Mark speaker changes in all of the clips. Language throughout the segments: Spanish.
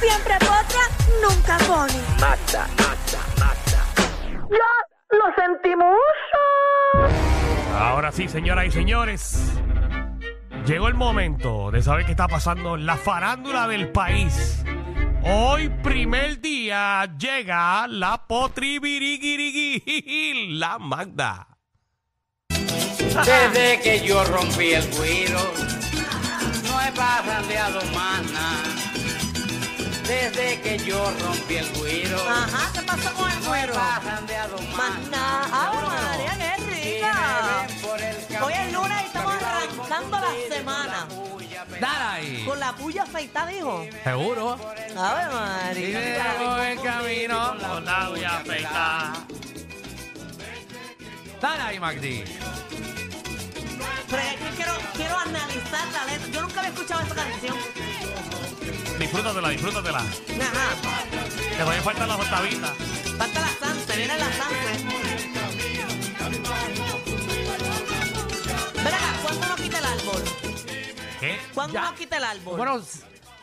Speaker 1: Siempre potra, nunca pone.
Speaker 2: Lo sentimos.
Speaker 3: Ahora sí, señoras y señores, llegó el momento de saber qué está pasando en la farándula del país. Hoy, primer día, llega la potri birigirigui, la Magda.
Speaker 4: Desde que yo rompí el cuido, no he parrandeado más nada. Desde que yo rompí el cuido,
Speaker 2: Ajá, ¿qué pasó con el
Speaker 4: no he
Speaker 2: güero?
Speaker 4: parrandeado más
Speaker 2: Más
Speaker 4: nada.
Speaker 2: nada. ¡Ave María, qué rica! Hoy es lunes y estamos arrancando la semana.
Speaker 5: Dale
Speaker 2: Con la puya afeitada, dijo.
Speaker 5: Seguro.
Speaker 2: ¡Ave María!
Speaker 5: el camino. Dale ahí, Magdi.
Speaker 2: Pero es que quiero, quiero analizar la letra. Yo nunca había escuchado esta canción.
Speaker 3: Disfrútatela, disfrútatela.
Speaker 2: Ajá.
Speaker 3: Que todavía faltan las octavitas.
Speaker 2: Falta la Sanse, viene la Sanse. Verá, ¿cuándo nos quita el árbol?
Speaker 3: ¿Qué?
Speaker 2: ¿Cuándo
Speaker 5: Ya.
Speaker 2: nos quita el árbol?
Speaker 5: Bueno, s-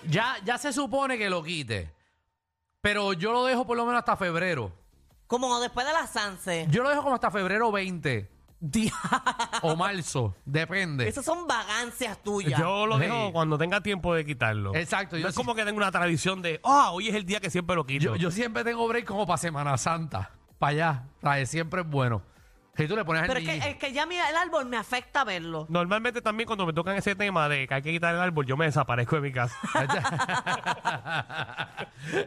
Speaker 5: ya, ya se supone que lo quite. Pero yo lo dejo por lo menos hasta febrero.
Speaker 2: Como después de la Sanse.
Speaker 5: Yo lo dejo como hasta febrero 20 o marzo, depende.
Speaker 2: Esas son vagancias tuyas.
Speaker 3: Yo lo
Speaker 5: Sí.
Speaker 3: dejo cuando tenga tiempo de quitarlo.
Speaker 5: Exacto,
Speaker 3: No
Speaker 5: yo
Speaker 3: es
Speaker 5: sí-
Speaker 3: como que tengo una tradición de, ah, hoy es el día que siempre lo quito.
Speaker 5: Yo, yo siempre tengo break como para Semana Santa, para allá. Trae siempre es bueno. Si tú le pones el
Speaker 2: Pero es que,
Speaker 5: niñito.
Speaker 2: es que ya mira, el árbol me afecta verlo.
Speaker 3: Normalmente también cuando me tocan ese tema de que hay que quitar el árbol, yo me desaparezco de mi casa.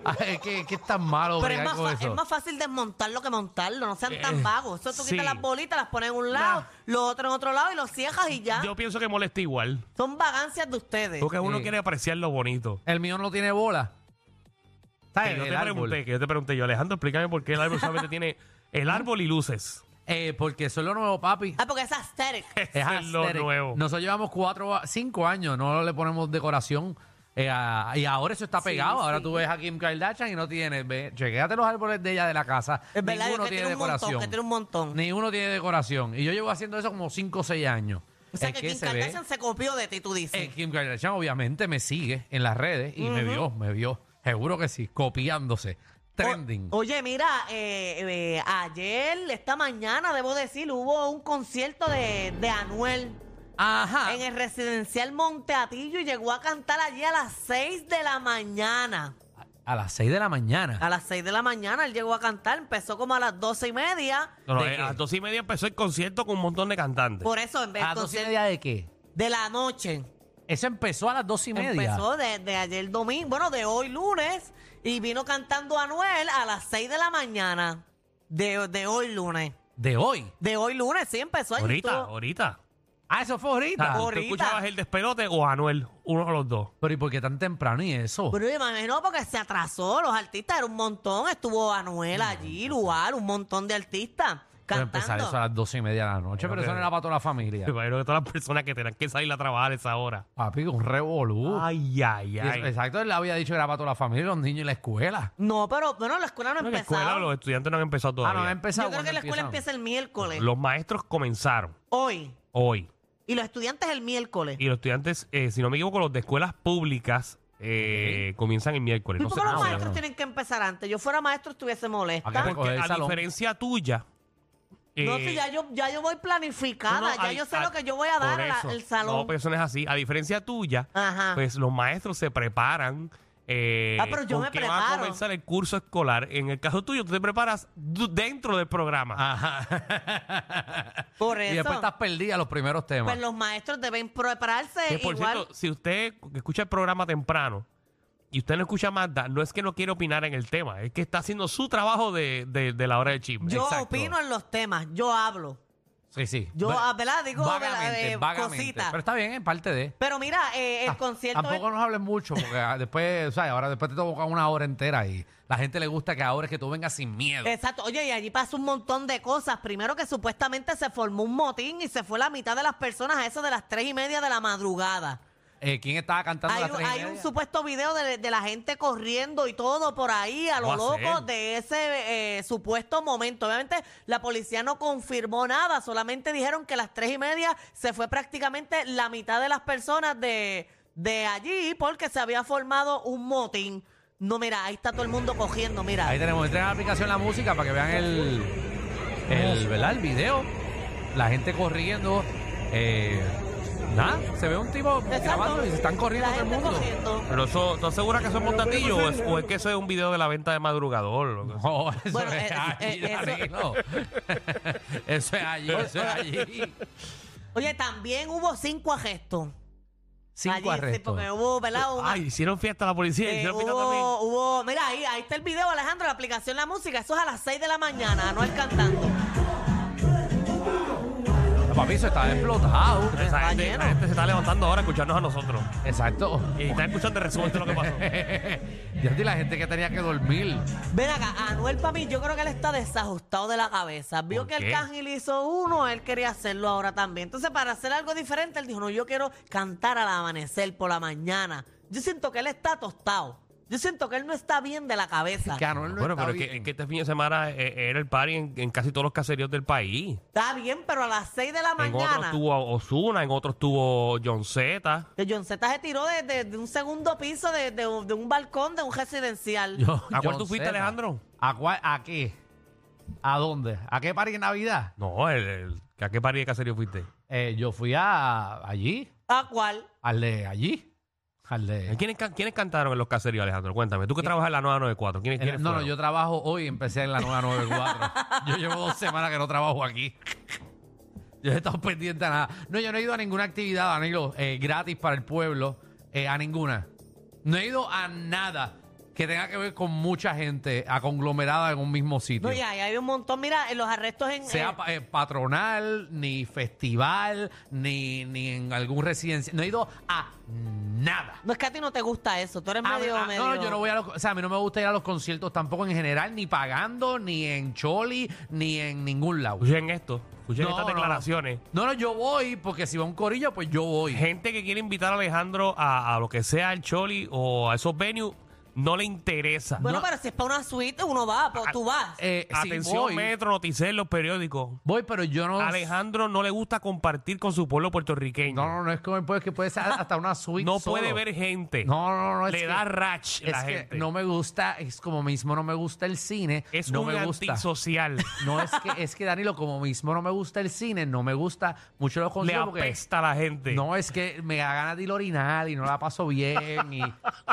Speaker 5: Ay, es que, es que es tan malo
Speaker 2: Pero es
Speaker 5: bregar
Speaker 2: más,
Speaker 5: con
Speaker 2: fa-
Speaker 5: eso.
Speaker 2: es más fácil desmontarlo que montarlo. No sean tan
Speaker 3: Eh,
Speaker 2: vagos. Eso tú quitas
Speaker 3: sí.
Speaker 2: las bolitas, las pones en un lado, lo otro en otro lado y los cierras y ya.
Speaker 3: Yo pienso que molesta igual.
Speaker 2: Son vagancias de ustedes.
Speaker 3: Porque uno
Speaker 5: Sí.
Speaker 3: quiere apreciar lo bonito.
Speaker 5: El mío no tiene bola. ¿Sabes?
Speaker 3: Que yo
Speaker 5: El
Speaker 3: te
Speaker 5: árbol.
Speaker 3: pregunté, que yo te pregunté yo, Alejandro, explícame por qué el árbol solamente tiene el árbol y luces.
Speaker 5: Eh, porque son los nuevos papi.
Speaker 2: Ah, porque es aesthetic.
Speaker 5: Es
Speaker 3: Eso es lo
Speaker 5: aesthetic.
Speaker 3: nuevo.
Speaker 5: Nosotros llevamos cuatro, a- cinco años, no le ponemos decoración. eh, a- y ahora eso está pegado. ahora tú ves a Kim Kardashian y no tiene. Ve, chequéate los árboles de ella de la casa.
Speaker 2: Es verdad,
Speaker 5: Ninguno
Speaker 2: que
Speaker 5: tiene,
Speaker 2: tiene un
Speaker 5: decoración.
Speaker 2: montón, que tiene un montón.
Speaker 5: Ninguno tiene decoración. Y yo llevo haciendo eso como cinco o seis años.
Speaker 2: O sea
Speaker 5: Es
Speaker 2: que Kim
Speaker 5: se ve-
Speaker 2: Kardashian se copió de ti, tú dices.
Speaker 5: eh, Kim Kardashian obviamente me sigue en las redes y me vio, me vio. Seguro que sí, copiándose. Trending.
Speaker 2: O- oye, mira, eh, eh, ayer, esta mañana, debo decir, hubo un concierto de, de Anuel
Speaker 5: Ajá.
Speaker 2: en el residencial Monteatillo y llegó a cantar allí a las 6 de la mañana.
Speaker 5: A las seis de la mañana.
Speaker 2: A las 6 de la mañana él llegó a cantar, empezó como a las 12 y media.
Speaker 3: No, no,
Speaker 5: ¿De
Speaker 3: eh,
Speaker 5: qué?
Speaker 3: a las dos y media empezó el concierto con un montón de cantantes.
Speaker 2: Por eso, en vez
Speaker 5: ¿A
Speaker 2: de
Speaker 5: las dos y
Speaker 2: concierto-
Speaker 5: media de qué?
Speaker 2: de la noche.
Speaker 5: Eso empezó a las dos y media.
Speaker 2: Empezó de, de ayer domingo, bueno, de hoy lunes, y vino cantando Anuel a las 6 de la mañana de, de hoy lunes.
Speaker 5: De hoy.
Speaker 2: De hoy lunes, sí, empezó ayer.
Speaker 3: ahorita,
Speaker 2: estuvo-
Speaker 3: ahorita.
Speaker 5: Ah, eso fue
Speaker 3: O sea,
Speaker 5: ahorita.
Speaker 3: ¿Tú
Speaker 2: Ahorita.
Speaker 3: escuchabas el despelote o a Anuel? Uno de los dos.
Speaker 5: Pero ¿y por qué tan temprano y eso?
Speaker 2: Pero yo imagino porque se atrasó, los artistas, era un montón, estuvo Anuel allí, Luar, un montón de artistas
Speaker 5: Pero
Speaker 2: cantando.
Speaker 5: empezar eso a las dos y media de la noche,
Speaker 3: Creo
Speaker 5: pero
Speaker 3: que-
Speaker 5: eso no era para toda la familia.
Speaker 3: Me imagino que todas las personas que tenían que salir a trabajar a esa hora.
Speaker 5: Papi, un revolú.
Speaker 3: Ay, ay,
Speaker 5: Y
Speaker 3: ay.
Speaker 5: eso- exacto, él había dicho que era para toda la familia, los niños y la escuela.
Speaker 2: No, pero bueno, la escuela no ha
Speaker 3: Creo que la escuela,
Speaker 2: empezado.
Speaker 3: los estudiantes no han empezado todavía.
Speaker 5: Ah, no, ha empezado.
Speaker 2: Yo creo que la escuela empieza el miércoles,
Speaker 3: Los maestros comenzaron
Speaker 2: hoy,
Speaker 3: hoy.
Speaker 2: y los estudiantes el miércoles.
Speaker 3: Y los estudiantes, eh, si no me equivoco, los de escuelas públicas eh, comienzan el miércoles.
Speaker 2: ¿Y
Speaker 3: No
Speaker 2: por
Speaker 3: sé
Speaker 2: qué los
Speaker 3: cómo será.
Speaker 2: maestros tienen que empezar antes? Yo fuera maestro estuviese molesta.
Speaker 5: ¿A qué te
Speaker 3: Porque
Speaker 5: Coger el
Speaker 3: a
Speaker 5: salón.
Speaker 3: diferencia tuya.
Speaker 2: No,
Speaker 3: eh,
Speaker 2: si ya yo, ya yo voy planificada,
Speaker 3: No, no,
Speaker 2: ya
Speaker 3: a-
Speaker 2: yo sé
Speaker 3: a-
Speaker 2: lo que yo voy a dar
Speaker 3: por
Speaker 2: a la-
Speaker 3: eso.
Speaker 2: el salón.
Speaker 3: No, pero eso no es así. A diferencia tuya,
Speaker 2: Ajá.
Speaker 3: pues los maestros se preparan. eh,
Speaker 2: Ah, pero yo
Speaker 3: con
Speaker 2: me
Speaker 3: que va a
Speaker 2: preparo.
Speaker 3: comenzar el curso escolar. En el caso tuyo, tú te preparas du- dentro del programa.
Speaker 5: Ajá.
Speaker 2: Por
Speaker 5: y después
Speaker 2: eso,
Speaker 5: estás perdida los primeros temas.
Speaker 2: pues los maestros deben prepararse
Speaker 3: Que, por
Speaker 2: Eh, igual.
Speaker 3: cierto, si usted escucha el programa temprano y usted no escucha a Magda, no es que no quiere opinar en el tema, es que está haciendo su trabajo de, de- de la hora del chisme.
Speaker 2: yo
Speaker 5: Exacto.
Speaker 2: opino en los temas, yo hablo.
Speaker 5: Sí, sí.
Speaker 2: Yo,
Speaker 5: Ve-
Speaker 2: ah, ¿verdad? Digo, ¿verdad?
Speaker 5: vagamente,
Speaker 2: Eh,
Speaker 5: vagamente.
Speaker 2: cosita.
Speaker 5: Pero está bien, es parte de.
Speaker 2: Pero mira, eh, el
Speaker 5: Ah,
Speaker 2: concierto.
Speaker 5: Tampoco nos hables mucho, porque ah, después, o sea, ahora después te toca una hora entera y la gente le gusta que ahora es que tú vengas sin miedo.
Speaker 2: Exacto. Oye, y allí pasó un montón de cosas. Primero que supuestamente se formó un motín y se fue la mitad de las personas a eso de las tres y media de la madrugada.
Speaker 5: Eh, ¿Quién estaba cantando a
Speaker 2: Hay,
Speaker 5: las
Speaker 2: un-
Speaker 5: tres y
Speaker 2: hay un
Speaker 5: media?
Speaker 2: supuesto video de, de la gente corriendo y todo por ahí a lo
Speaker 3: ¿Cómo va a
Speaker 2: loco
Speaker 3: ser?
Speaker 2: de ese eh, supuesto momento. Obviamente la policía no confirmó nada, solamente dijeron que a las tres y media se fue prácticamente la mitad de las personas de, de allí porque se había formado un motín. No, mira, ahí está todo el mundo cogiendo, mira.
Speaker 5: Ahí tenemos, entren a la aplicación la música para que vean el, el, ¿verdad? el video. La gente corriendo. Eh, nada, se ve un tipo
Speaker 2: Exacto.
Speaker 5: grabando y se están corriendo
Speaker 2: La
Speaker 5: todo el
Speaker 2: gente
Speaker 5: mundo.
Speaker 2: cogiendo.
Speaker 3: Pero eso, ¿tú aseguras que eso es montandillo o es, o es que eso es un video de la venta de madrugador? loco?
Speaker 5: pues, No, Oh, eso
Speaker 2: Bueno,
Speaker 5: es
Speaker 2: eh,
Speaker 5: allí,
Speaker 2: eh, eso-
Speaker 5: Danilo. Eso es allí, eso es allí.
Speaker 2: Oye, también hubo cinco arrestos. Allí,
Speaker 5: Cinco
Speaker 2: sí,
Speaker 5: arrestos.
Speaker 2: porque hubo, ¿verdad? Una-
Speaker 3: Ay, hicieron fiesta la policía,
Speaker 2: Eh,
Speaker 3: hicieron fiesta también.
Speaker 2: hubo, hubo- mira, ahí, ahí está el video, Alejandro, la aplicación La Música. Eso es a las 6 de la mañana, no es cantando.
Speaker 5: Ah, Papi, eso está explotado.
Speaker 3: Esa
Speaker 2: Está
Speaker 3: gente,
Speaker 2: lleno.
Speaker 3: la gente se está levantando ahora a escucharnos a nosotros.
Speaker 5: Exacto.
Speaker 3: Y está escuchando el resumen de lo que pasó.
Speaker 5: Ya di la gente que tenía que dormir.
Speaker 2: Ven acá, Anuel para mí, yo creo que él está desajustado de la cabeza. Vio
Speaker 3: ¿Por
Speaker 2: que el
Speaker 3: qué?
Speaker 2: Cángel hizo uno, él quería hacerlo ahora también. Entonces, para hacer algo diferente, él dijo, no, yo quiero cantar al amanecer por la mañana. Yo siento que él está tostado. Yo siento que él no está bien de la cabeza.
Speaker 5: Que Anuel no
Speaker 3: bueno,
Speaker 5: está
Speaker 3: pero es que,
Speaker 5: bien.
Speaker 3: es que este fin de semana eh, era el party en, en casi todos los caseríos del país.
Speaker 2: Está bien, pero a las 6 de la
Speaker 3: En otros
Speaker 2: mañana.
Speaker 3: estuvo Osuna, en otros estuvo John Z.
Speaker 2: Que John Z se tiró de, de- de un segundo piso de, de un- de un balcón de un residencial.
Speaker 5: Yo-
Speaker 3: ¿A cuál
Speaker 5: yo
Speaker 3: tú fuiste,
Speaker 5: sé, ¿no?
Speaker 3: Alejandro?
Speaker 5: ¿A cuál? ¿A qué? ¿A dónde? ¿A qué party de Navidad?
Speaker 3: No, el, el- ¿a qué party de caserío fuiste?
Speaker 5: Eh, yo fui a allí,
Speaker 2: ¿A cuál?
Speaker 5: al de allí, al de...
Speaker 3: ¿Quiénes, can- quiénes cantaron en los caseríos, Alejandro? Cuéntame. Tú que trabajas en la 994. ¿Quiénes,
Speaker 5: Eh,
Speaker 3: quiénes
Speaker 5: no, no,
Speaker 3: fueron?
Speaker 5: yo trabajo hoy, empecé en la 994. yo llevo dos semanas que no trabajo aquí. Yo he estado pendiente a nada. No, yo no he ido a ninguna actividad, Danilo, eh, gratis para el pueblo, eh, a ninguna. No he ido a nada que tenga que ver con mucha gente a conglomerada en un mismo sitio.
Speaker 2: No, ya, ya hay un montón. Mira, en los arrestos en.
Speaker 5: sea
Speaker 2: eh,
Speaker 5: pa- eh, patronal, ni festival, ni, ni en algún residencia. No he ido a nada.
Speaker 2: no es que a ti no te gusta eso. Tú eres
Speaker 5: A-
Speaker 2: medio.
Speaker 5: a-
Speaker 2: medio...
Speaker 5: Ah, No, yo no voy a los... O sea, a mí no me gusta ir a los conciertos tampoco en general, ni pagando, ni en Choli, ni en ningún lado.
Speaker 3: Escuchen esto. Escuchen
Speaker 5: No,
Speaker 3: estas
Speaker 5: no, no.
Speaker 3: declaraciones.
Speaker 5: No, no, yo voy porque si va un corillo, pues yo voy.
Speaker 3: Gente que quiere invitar a Alejandro a, a lo que sea, al Choli o a esos venues, no le interesa.
Speaker 2: Bueno, pero si es para una suite, uno va, pues, tú vas.
Speaker 5: Eh, sí,
Speaker 3: Atención,
Speaker 5: voy.
Speaker 3: Metro, Noticel, los periódicos.
Speaker 5: Voy, pero yo no...
Speaker 3: Alejandro no le gusta compartir con su pueblo puertorriqueño.
Speaker 5: No, no, no es como el pueblo, es que puede ser hasta una suite
Speaker 3: No
Speaker 5: solo.
Speaker 3: puede ver gente.
Speaker 5: No, no, no. es
Speaker 3: Le
Speaker 5: que-
Speaker 3: da rach
Speaker 5: Es
Speaker 3: la
Speaker 5: que
Speaker 3: gente.
Speaker 5: no me gusta, es como mismo no me gusta el cine.
Speaker 3: es
Speaker 5: no
Speaker 3: un
Speaker 5: me gusta.
Speaker 3: antisocial.
Speaker 5: No, es que, es que Danilo, como mismo no me gusta el cine, no me gusta mucho los
Speaker 3: le
Speaker 5: conciertos porque-
Speaker 3: apesta a la gente.
Speaker 5: No, es que me da ganas de ir a orinar y no la paso bien y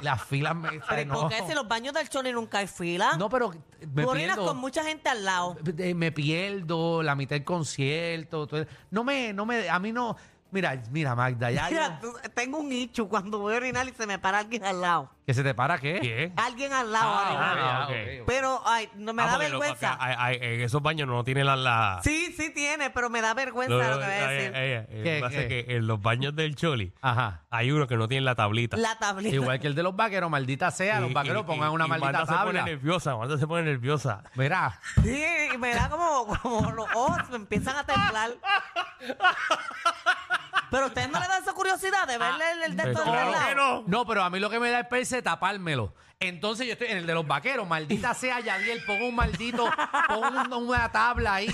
Speaker 5: las filas me...
Speaker 2: Pero ¿y
Speaker 5: no.
Speaker 2: ¿Por qué si en los baños del Choli nunca hay fila?
Speaker 5: No, pero me
Speaker 2: tú orinas
Speaker 5: pierdo,
Speaker 2: con mucha gente al lado.
Speaker 5: eh, me pierdo la mitad del concierto. todo- No me, no me, a mí no... Mira, mira, Magda, ya...
Speaker 2: Mira,
Speaker 5: yo-
Speaker 2: tú- tengo un nicho cuando voy a orinar y se me para alguien al lado.
Speaker 5: ¿Que se te para qué?
Speaker 3: ¿Qué?
Speaker 2: Alguien al lado. a orinar.
Speaker 3: ah,
Speaker 5: Ah, ok,
Speaker 3: ok.
Speaker 5: ok.
Speaker 2: Pero, ay, no me
Speaker 3: Ah,
Speaker 2: da
Speaker 3: porque lo-
Speaker 2: vergüenza.
Speaker 3: acá, ay, ay, en esos baños no tienen la...
Speaker 5: ah.
Speaker 3: la-
Speaker 2: Sí, sí tiene, pero me da vergüenza
Speaker 3: lo-
Speaker 2: lo que voy a
Speaker 3: ay,
Speaker 2: decir.
Speaker 3: ay, ay,
Speaker 5: ¿Qué,
Speaker 3: lo que pasa
Speaker 5: qué?
Speaker 3: es que en los baños del Choli
Speaker 5: Ajá.
Speaker 3: hay uno que no tiene la tablita.
Speaker 2: La tablita.
Speaker 5: Igual que el de los vaqueros, maldita sea, los
Speaker 3: Y-
Speaker 5: vaqueros
Speaker 3: y-
Speaker 5: pongan
Speaker 3: y-
Speaker 5: una
Speaker 3: y
Speaker 5: maldita
Speaker 3: Wanda se pone
Speaker 5: tabla.
Speaker 3: nerviosa, Wanda se pone nerviosa.
Speaker 5: Mira,
Speaker 2: Sí, y me da como, como los ojos, me empiezan a temblar. Pero ustedes no le dan esa curiosidad de verle el, el de
Speaker 3: Pues
Speaker 2: estos
Speaker 3: claro
Speaker 2: del lado?
Speaker 3: que no.
Speaker 5: No, pero a mí lo que me da es perse tapármelo. Entonces yo estoy en el de los vaqueros. Maldita sea, Yadiel, pon un maldito, pon un- una tabla ahí.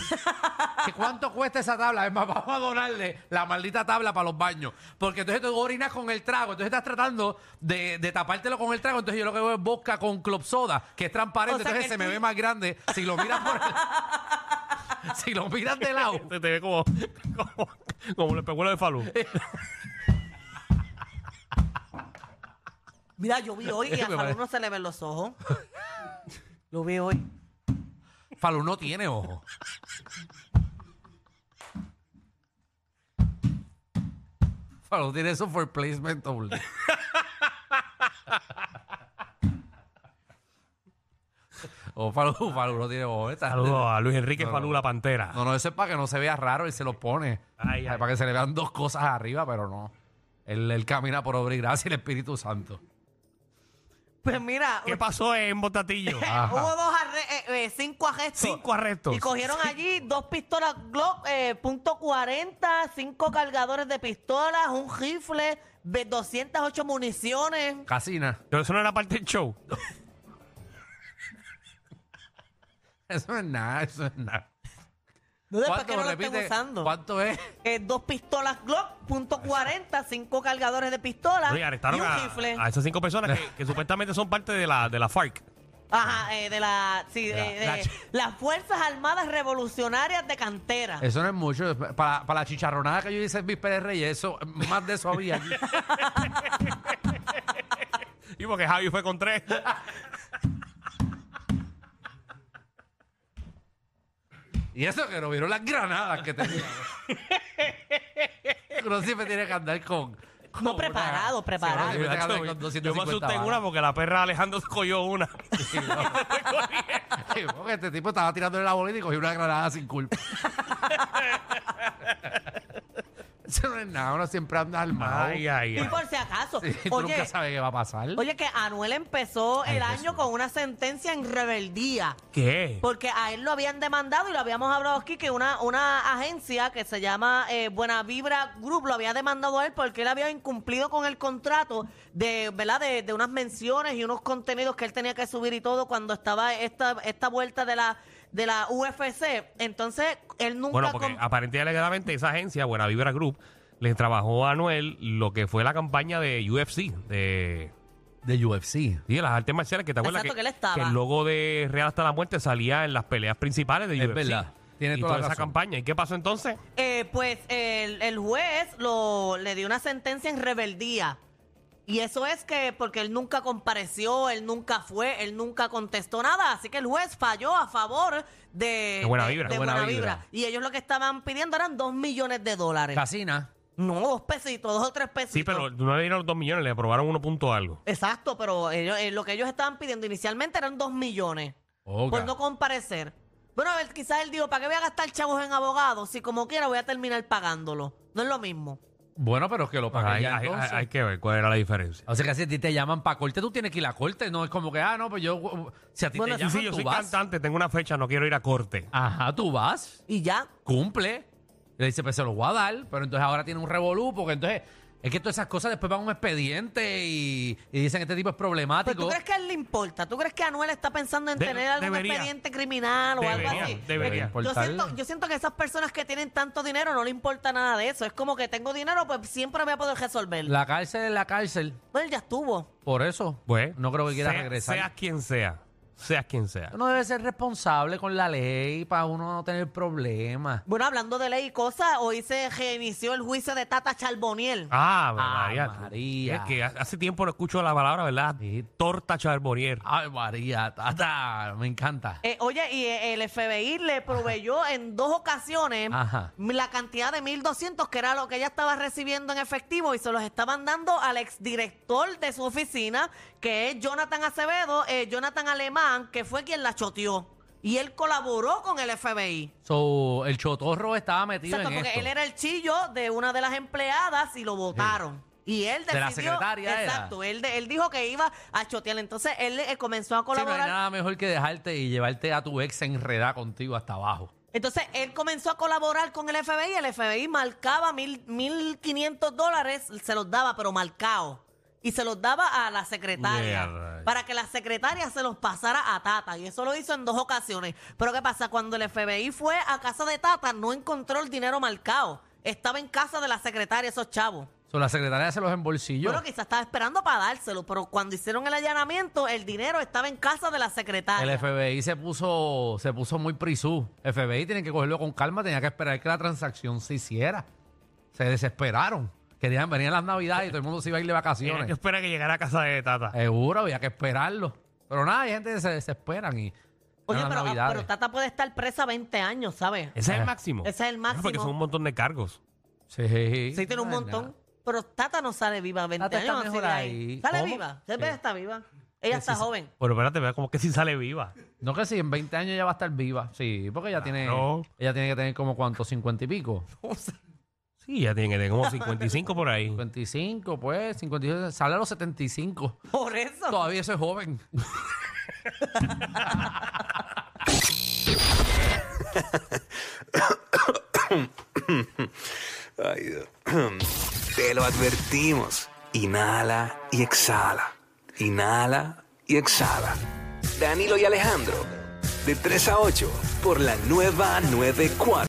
Speaker 5: ¿Que ¿Cuánto cuesta esa tabla? Es más, vamos a donarle la maldita tabla para los baños. Porque entonces tú orinas con el trago. Entonces estás tratando de, de tapártelo con el trago. Entonces yo lo que veo es vodka con club soda, que es transparente.
Speaker 2: O sea,
Speaker 5: entonces
Speaker 2: que
Speaker 5: se me
Speaker 2: tú-
Speaker 5: ve más grande si lo miras por el... Si lo miras de lado.
Speaker 3: Se Este te ve como, como, como el espejuelo de Falú.
Speaker 2: Mira, yo vi hoy y a
Speaker 5: Me parece-
Speaker 2: Falú no se le ven los ojos. Lo vi hoy.
Speaker 5: Falú no tiene ojo. Falú tiene eso for placement only. O Oh, Falú, Falú no tiene bobeta.
Speaker 3: Saludos a Luis Enrique Falula Pantera.
Speaker 5: No, no, eso es para que no se vea raro, él se los pone.
Speaker 3: Ay, ay.
Speaker 5: Para que se le vean dos cosas arriba, pero no. Él, él camina por obra y gracia y el Espíritu Santo.
Speaker 2: Pues mira,
Speaker 3: ¿Qué pasó en Botatillo?
Speaker 5: Ajá.
Speaker 2: hubo dos arre- eh, eh, cinco arrestos.
Speaker 3: Cinco arrestos.
Speaker 2: Y cogieron allí dos pistolas Glock eh, punto .40, cinco cargadores de pistolas, un rifle, ve- 208 municiones.
Speaker 5: Casina.
Speaker 3: Pero eso no era parte del show.
Speaker 5: Eso no es nada, eso no es nada.
Speaker 2: No sé por qué no lo
Speaker 5: Repite,
Speaker 2: están usando.
Speaker 5: ¿Cuánto es?
Speaker 2: Eh, dos pistolas Glock punto .40, cinco cargadores de pistolas
Speaker 3: Oye, arrestaron
Speaker 2: y un
Speaker 3: a,
Speaker 2: rifle.
Speaker 5: este-
Speaker 3: a esas cinco personas que, que supuestamente son parte de la, de la FARC.
Speaker 2: Ajá, eh, de la, sí,
Speaker 5: la-
Speaker 2: eh, de
Speaker 5: la-
Speaker 2: las Fuerzas Armadas Revolucionarias de Cantera.
Speaker 5: Eso no es mucho. Para, para la chicharronada que yo hice en mis Pérez Reyes, eso, más de eso había allí.
Speaker 3: Y porque Javi fue con tres.
Speaker 5: Y eso que no vieron las granadas que tenía. Uno siempre tiene que andar con. con
Speaker 2: No, preparado,
Speaker 5: una-
Speaker 2: preparado.
Speaker 5: Sí, uno siempre tiene que andar con
Speaker 3: yo me
Speaker 5: 250
Speaker 3: asusté en
Speaker 5: balas.
Speaker 3: una porque la perra Alejandro cogió una.
Speaker 5: Sí, no. Sí, porque este tipo estaba tirándole la bolita y cogió una granada sin culpa. Eso no es nada, uno siempre anda armado.
Speaker 3: Ay, ay,
Speaker 2: y
Speaker 3: ay.
Speaker 2: por si acaso,
Speaker 5: Sí, tú
Speaker 2: oye,
Speaker 5: nunca sabes qué va a pasar.
Speaker 2: oye, que Anuel empezó
Speaker 5: Ay,
Speaker 2: el
Speaker 5: Jesús.
Speaker 2: año con una sentencia en rebeldía.
Speaker 3: ¿Qué?
Speaker 2: Porque a él lo habían demandado y lo habíamos hablado aquí que una, una agencia que se llama eh, Buena Vibra Group lo había demandado a él porque él había incumplido con el contrato de, ¿verdad? De, de unas menciones y unos contenidos que él tenía que subir y todo cuando estaba esta, esta vuelta de la de la UFC. Entonces, él nunca
Speaker 3: Bueno, porque
Speaker 2: com-
Speaker 3: aparentemente legalmente esa agencia, Buena Vibra Group, le trabajó a Anuel lo que fue la campaña de UFC, de,
Speaker 5: De UFC.
Speaker 3: sí, de las artes marciales, que te acuerdas
Speaker 2: Exacto, que él estaba.
Speaker 3: que el logo de Real hasta la muerte salía en las peleas principales de
Speaker 5: Es
Speaker 3: UFC.
Speaker 5: verdad. Tiene
Speaker 3: y
Speaker 5: toda la
Speaker 3: esa
Speaker 5: razón.
Speaker 3: campaña. ¿Y qué pasó entonces?
Speaker 2: Eh, pues el, el juez lo, le dio una sentencia en rebeldía. Y eso es que porque él nunca compareció, él nunca fue, él nunca contestó nada. Así que el juez falló a favor de,
Speaker 3: De buena vibra.
Speaker 2: de
Speaker 3: De
Speaker 5: buena
Speaker 2: buena
Speaker 5: vibra.
Speaker 2: vibra. Y ellos lo que estaban pidiendo eran dos millones de dólares.
Speaker 5: Casina.
Speaker 2: No, dos pesitos, dos o tres pesitos.
Speaker 3: Sí, pero no le dieron los dos millones, le aprobaron uno punto algo.
Speaker 2: Exacto, pero ellos- eh, lo que ellos estaban pidiendo inicialmente eran dos millones. Por Pues no comparecer. Bueno, a ver, quizás él dijo, ¿para qué voy a gastar chavos en abogados? Si como quiera voy a terminar pagándolo. No es lo mismo.
Speaker 5: Bueno, pero que lo pague
Speaker 3: hay,
Speaker 5: ya
Speaker 3: hay-
Speaker 5: entonces.
Speaker 3: hay- hay que ver cuál era la diferencia.
Speaker 5: O sea que si a ti te llaman para corte, tú tienes que ir a corte. No es como que, ah, no, pues yo. Si a ti
Speaker 3: Bueno,
Speaker 5: te llaman,
Speaker 3: sí, yo
Speaker 5: tú
Speaker 3: soy
Speaker 5: vas.
Speaker 3: cantante, tengo una fecha, no quiero ir a corte.
Speaker 5: Ajá, tú vas.
Speaker 2: Y ya.
Speaker 5: cumple. Le dice, pues se lo voy a dar, pero entonces ahora tiene un revolú, porque entonces es que todas esas cosas después van a un expediente y, y dicen este tipo es
Speaker 2: Pero
Speaker 5: problemático.
Speaker 2: tú crees que a él le importa, tú crees que Anuel está pensando en
Speaker 3: De-
Speaker 2: tener algún
Speaker 3: debería.
Speaker 2: expediente criminal o algo
Speaker 3: Debería,
Speaker 2: así.
Speaker 3: debería.
Speaker 2: Yo siento, yo siento que esas personas que tienen tanto dinero no le importa nada de eso. Es como que tengo dinero, pues siempre voy a poder resolver.
Speaker 5: La cárcel es la cárcel,
Speaker 2: Bueno, él ya estuvo.
Speaker 5: por eso.
Speaker 3: Pues,
Speaker 5: no creo que quiera
Speaker 3: sea-
Speaker 5: regresar.
Speaker 3: Seas quien sea, seas quien sea.
Speaker 5: Uno debe ser responsable con la ley para uno no tener problemas.
Speaker 2: Bueno, hablando de ley y cosas, hoy se reinició el juicio de Tata Charboniel.
Speaker 3: Ah,
Speaker 5: Ah,
Speaker 3: María.
Speaker 5: María. Ah.
Speaker 3: Es que hace tiempo no escucho la palabra, ¿verdad?
Speaker 5: Sí. Ah,
Speaker 3: Torta Charbonnier.
Speaker 5: Ay, María, tata, me encanta.
Speaker 2: Eh, oye, y eh, el FBI le proveyó en dos ocasiones
Speaker 5: Ajá.
Speaker 2: la cantidad de 1.200 que era lo que ella estaba recibiendo en efectivo y se los estaban dando al exdirector de su oficina, que es Jonathan Acevedo, eh, Jonathan Alemán, que fue quien la choteó. Y él colaboró con el FBI.
Speaker 5: So, el chotorro estaba metido
Speaker 2: Exacto,
Speaker 5: en
Speaker 2: porque
Speaker 5: esto.
Speaker 2: él era el chillo de una de las empleadas y lo votaron. Y él
Speaker 5: De
Speaker 2: decidió,
Speaker 5: la secretaria era.
Speaker 2: Exacto, él, de- él dijo que iba a chotear. Entonces él eh, comenzó a
Speaker 5: Sí, no hay
Speaker 2: colaborar
Speaker 5: nada mejor que dejarte y llevarte a tu ex enredada contigo hasta abajo.
Speaker 2: Entonces él comenzó a colaborar con el FBI. El FBI marcaba mil, 1.500 dólares, se los daba, pero marcado. Y se los daba a la secretaria.
Speaker 3: Yeah,
Speaker 2: Para que la secretaria se los pasara a Tata. Y eso lo hizo en dos ocasiones. Pero ¿qué pasa? Cuando el FBI fue a casa de Tata, no encontró el dinero marcado. Estaba en casa de la secretaria, esos chavos.
Speaker 5: So, la secretaria se los embolsilló.
Speaker 2: Bueno, quizás estaba esperando para dárselo, pero cuando hicieron el allanamiento, el dinero estaba en casa de la secretaria.
Speaker 5: El FBI se puso, se puso muy prisú. FBI tienen que cogerlo con calma, tenía que esperar que la transacción se hiciera. Se desesperaron. Querían venir las navidades y todo el mundo se iba a ir de
Speaker 3: Tienes que
Speaker 5: vacaciones.
Speaker 3: esperar Eh, que llegara a casa de
Speaker 5: Eh,
Speaker 3: Tata.
Speaker 5: Seguro, había que esperarlo. Pero nada, hay gente que se desesperan y
Speaker 2: Oye,
Speaker 5: eran las
Speaker 2: pero, ah,
Speaker 5: navidades.
Speaker 2: pero Tata puede estar presa 20 años, ¿sabes?
Speaker 3: Ese es
Speaker 5: Ajá.
Speaker 3: el máximo. Ah,
Speaker 2: Ese es el máximo.
Speaker 3: Porque son un montón de cargos.
Speaker 5: sí,
Speaker 2: Sí, tiene un
Speaker 5: no es
Speaker 2: montón.
Speaker 5: nada.
Speaker 2: Pero Tata no sale viva 20
Speaker 5: Tata está
Speaker 2: años. no sigue
Speaker 5: mejor
Speaker 2: ahí.
Speaker 5: ahí.
Speaker 2: Sale
Speaker 5: ¿Cómo?
Speaker 2: viva. Se ve,
Speaker 5: Sí.
Speaker 2: está viva. Ella está joven.
Speaker 3: Bueno, espérate, vea como que si sale viva.
Speaker 5: No que sí, en 20 años ella va a estar viva. Sí, porque ella tiene
Speaker 3: Claro.
Speaker 5: ella tiene que tener como cuánto, 50 y pico.
Speaker 3: Sí, ya tiene que tener como 55 por ahí.
Speaker 5: 55, pues, 56, sale a los 75.
Speaker 2: Por eso.
Speaker 5: Todavía soy joven.
Speaker 6: Ay, Dios. Te lo advertimos. Inhala y exhala. Inhala y exhala. Danilo y Alejandro, de 3 a 8, por la nueva 94.